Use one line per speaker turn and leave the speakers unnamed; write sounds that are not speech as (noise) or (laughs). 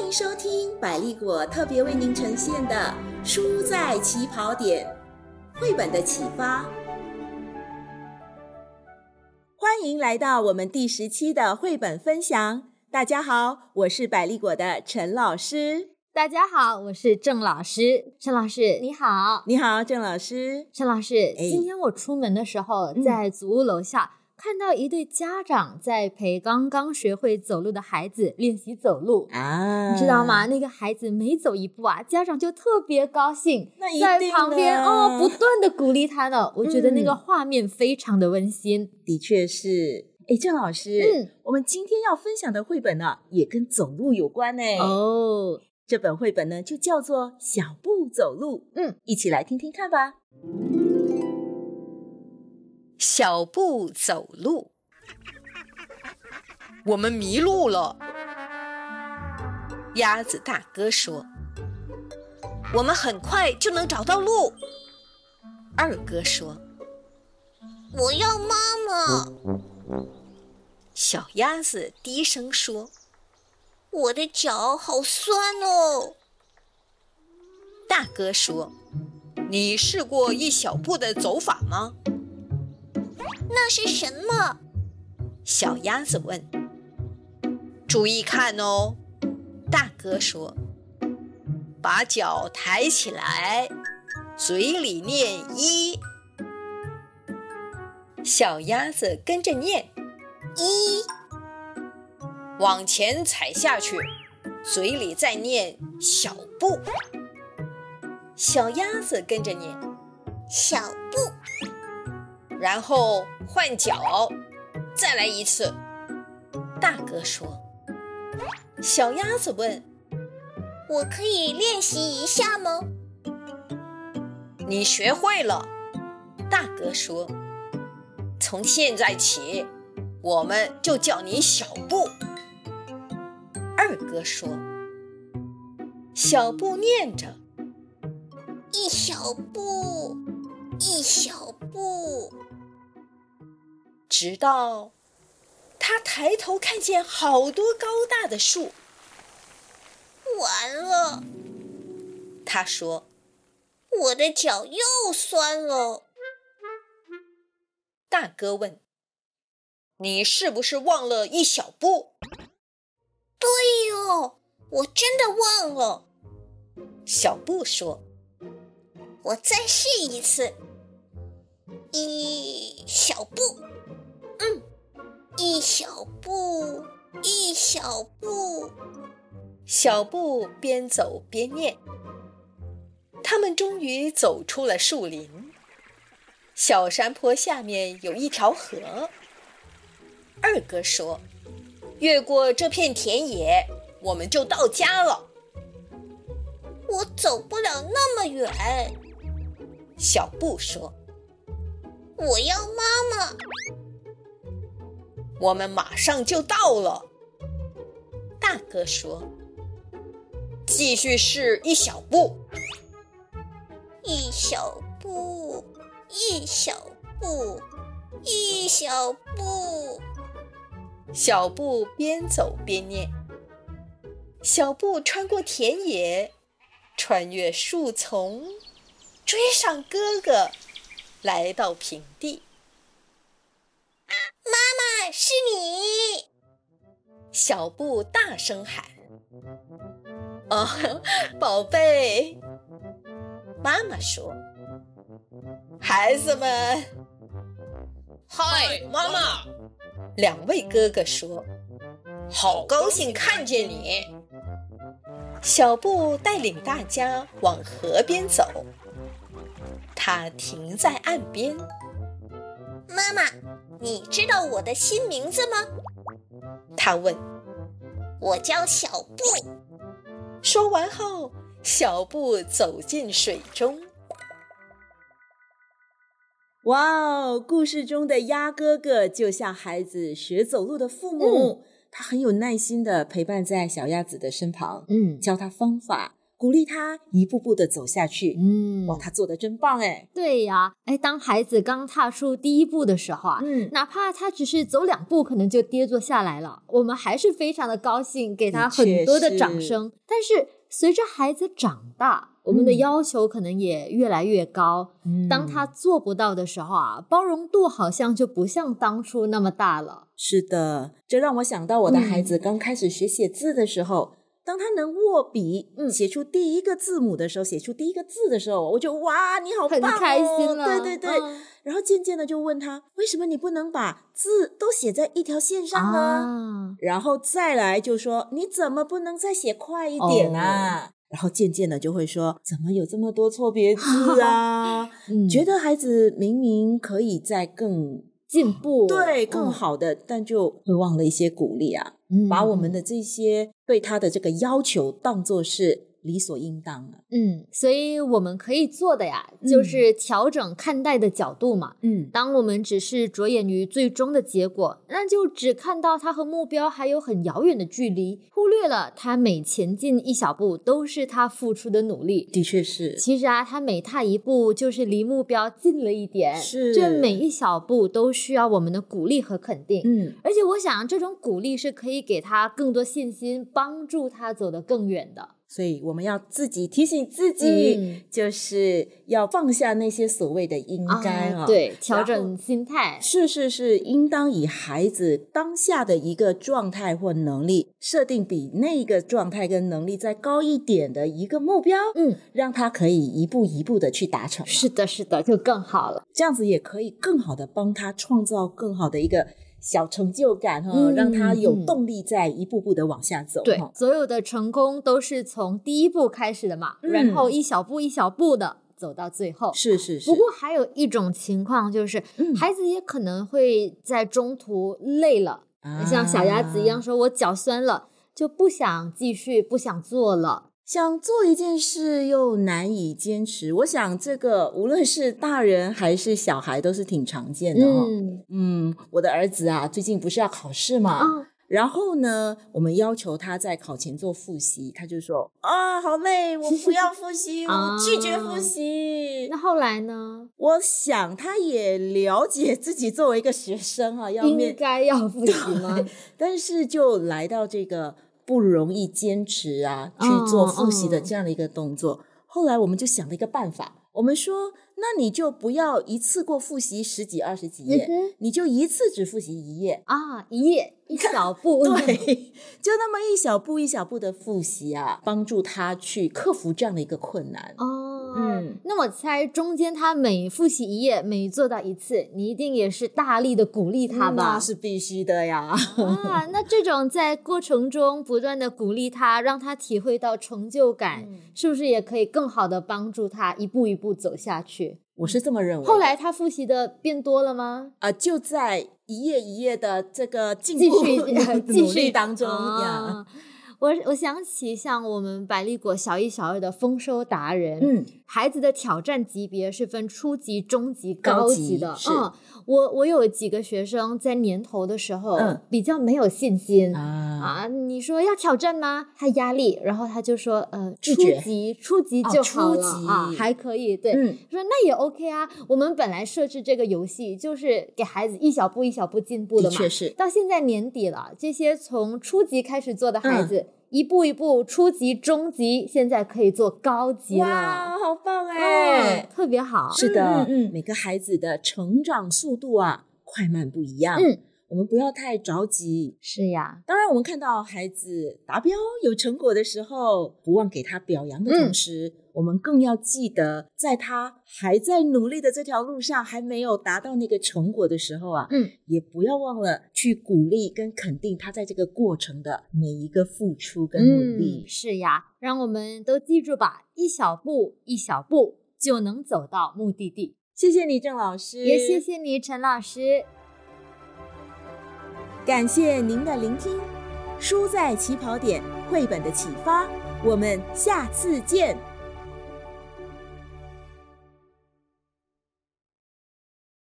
迎收听百丽果特别为您呈现的《输在起跑点》绘本的启发。欢迎来到我们第十期的绘本分享。大家好，我是百丽果的陈老师。
大家好，我是郑老师。郑老师，你好。
你好，郑老师。
郑老师，
哎
今天我出门的时候，
嗯
在祖屋楼下看到一对家长在陪刚刚学会走路的孩子练习走路。
啊
你知道吗？？那个孩子每走一步啊，家长就特别高兴
那一，
在
定
旁
的
边
啊
哦，不断的鼓励他呢。我觉得那个
嗯
画面非常的温馨。
的确是。哎，郑老师，
嗯
我们今天要分享的绘本呢、也跟走路有关呢。
哦，
这本绘本呢，就叫做《小步走路》。
嗯，
一起来听听看吧。
小步走路。我们迷路了，鸭子大哥说：“我们很快就能找到路。”二哥说
我要妈妈，：“
小鸭子低声说。
我的脚好酸哦。”
大哥说：“你试过一小步的走法吗
那是什么？？”
小鸭子问。“注意看哦。”大哥说：“把脚抬起来，嘴里念一。”小鸭子跟着念一，往前踩下去，嘴里再念小步。小鸭子跟着念。
小步，
然后换脚，再来一次。大哥说：“小鸭子问
我可以练习一下吗？
你学会了？”大哥说：“从现在起，我们就叫你小布。”二哥说：“小布念着。”
一小步，一小步，
直到他抬头看见好多高大的树，
完了，
他说
我的脚又酸了。：“
大哥问，你是不是忘了一小步？”
哎呦，我真的忘了，
小布说
我再试一次。一小步，嗯，一小步，一小步。：“
小布边走边念。”他们终于走出了树林。小山坡下面有一条河。二哥说：“越过这片田野，我们就到家了。
我走不了那么远，”
小布说
我要妈妈。：“
我们马上就到了。”大哥说：“继续试一小步。”
一小步，一小步，一小步。
小布边走边念。小布穿过田野，穿越树丛，追上哥哥，来到平地。
啊，是你！
小布大声喊：“哦，宝贝！”妈妈说：“孩子们，嗨，妈妈！”两位哥哥说：“好高兴看见你。”小布带领大家往河边走，他停在岸边。
妈妈，你知道我的新名字吗？
他问
我叫小布。：“
说完后，小布走进水中。”
哇哦！故事中的鸭哥哥就像孩子学走路的父
嗯
母，他很有耐心的陪伴在小鸭子的身旁，
嗯，
教他方法，鼓励他一步步的走下去。
嗯，
哇，他做的真棒哎！
对呀，哎，当孩子刚踏出第一步的时候啊，
嗯，
哪怕他只是走两步，可能就跌坐下来了，我们还是非常的高兴，给他
的确
很多的
是
掌声。但是随着孩子长大，我们的
嗯
要求可能也越来越高。当他做不到的时候啊，包容度好像就不像当初那么大了。
是的，这让我想到我的孩
嗯
子刚开始学写字的时候，当他能握笔，
嗯
写出第一个字母的时候，写出第一个字的时候，我就哇，你好棒、
很
哦，
开心了，
对对对。
嗯
然后渐渐的就问他，为什么你不能把字都写在一条线上呢？
啊，
然后再来就说你怎么不能再写快一点啊？然后渐渐的就会说怎么有这么多错别 (laughs) 字啊？
嗯
觉得孩子明明可以再 (laughs) 更
进步
对更
嗯
好的，但就会忘了一些鼓励啊，
嗯
把我们的这些对他的这个要求当做是理所应当了。
嗯，所以我们可以做的呀，就是调整看待的角度嘛。
嗯，
当我们只是着眼于最终的结果，那就只看到它和目标还有很遥远的距离，忽略了他每前进一小步都是他付出的努力。
的确是，
其实啊，他每踏一步就是离目标近了一点，
是
这每一小步都需要我们的鼓励和肯定。
嗯，
而且我想，这种鼓励是可以给他更多信心，帮助他走得更远的。
所以我们要自己提醒自己，
嗯
就是要放下那些所谓的应该啊，
啊、对，调
然后
整心态。
是是是，应当以孩子当下的一个状态或能力，设定比那个状态跟能力再高一点的一个目标，
嗯，
让他可以一步一步的去达成。
是的，是的，就更好了。
这样子也可以更好的帮他创造更好的一个小成就感哈、
嗯
让他有
嗯
动力在一步步的往下走。
对
哈，
所有的成功都是从第一步开始的嘛，
嗯
然后一小步一小步的走到最后。
是是是。
不过还有一种情况就是，
嗯
孩子也可能会在中途累了，
啊
像小鸭子一样，说：“我脚酸了，就不想继续，不想做了。
想做一件事又难以坚持。我想这个无论是大人还是小孩都是挺常见的哈、
嗯
嗯，我的儿子啊，最近不是要考试嘛，
啊，
然后呢，我们要求他在考前做复习，他就说啊，好累，我不要复
(laughs)
习，
啊
我拒绝复习
那。后来呢？
我想他也了解自己作为一个学生啊，要
应
面，
该要复习吗？
但是就来到这个不容易坚持啊，去做复习
嗯
的这样的一个动作。后来我们就想了一个办法，我们说，那你就不要一次过复习十几二十几页，
嗯
你就一次只复习一页。
啊，一页一小步，
对，就那么一小步一小步的复习啊，帮助他去克服这样的一个困难。
哦，
嗯
那我猜中间他每复习一页，每做到一次，你一定也是大力的鼓励他吧？
嗯那是必须的呀。 (laughs)
啊，那这种在过程中不断的鼓励他，让他体会到成就感，
嗯
是不是也可以更好的帮助他一步一步走下去？
我是这么认为的。
后来他复习的变多了吗？
啊、就在一页一页的这个进
继
步呃
续 (laughs) 继
努
续
力当中呀。
啊我我想起像我们百丽果小一、小二的丰收达人，
嗯，
孩子的挑战级别是分初级、中级、
高
高
级
的。
是
嗯，我我有几个学生在年头的时候、
嗯
比较没有信心。
啊，
啊，你说要挑战吗？他压力，然后他就说，呃，
拒
初
绝
级，初级
哦
就
初
好了、
级
啊，还可以，对，
嗯，
说那也 OK 啊。我们本来设置这个游戏就是给孩子一小步一小步进步
的
嘛，
确是。
到现在年底了，这些从初级开始做的
嗯
孩子，一步一步，初级、中级，现在可以做高级了，
哇，好棒
嗯
哎！
特别好。
是的，
嗯嗯
每个孩子的成长速度啊，快慢不一样。
嗯，
我们不要太着急。
是呀，
当然，我们看到孩子达标有成果的时候，不忘给他表扬
嗯
的同时，我们更要记得，在他还在努力的这条路上，还没有达到那个成果的时候啊，
嗯，
也不要忘了去鼓励跟肯定他在这个过程的每一个付出跟努力
嗯，。是呀，让我们都记住吧，一小步一小步就能走到目的地。
谢谢你，郑老师，
也谢谢你，陈老师。
感谢您的聆听，《输在起跑点》绘本的启发，我们下次见。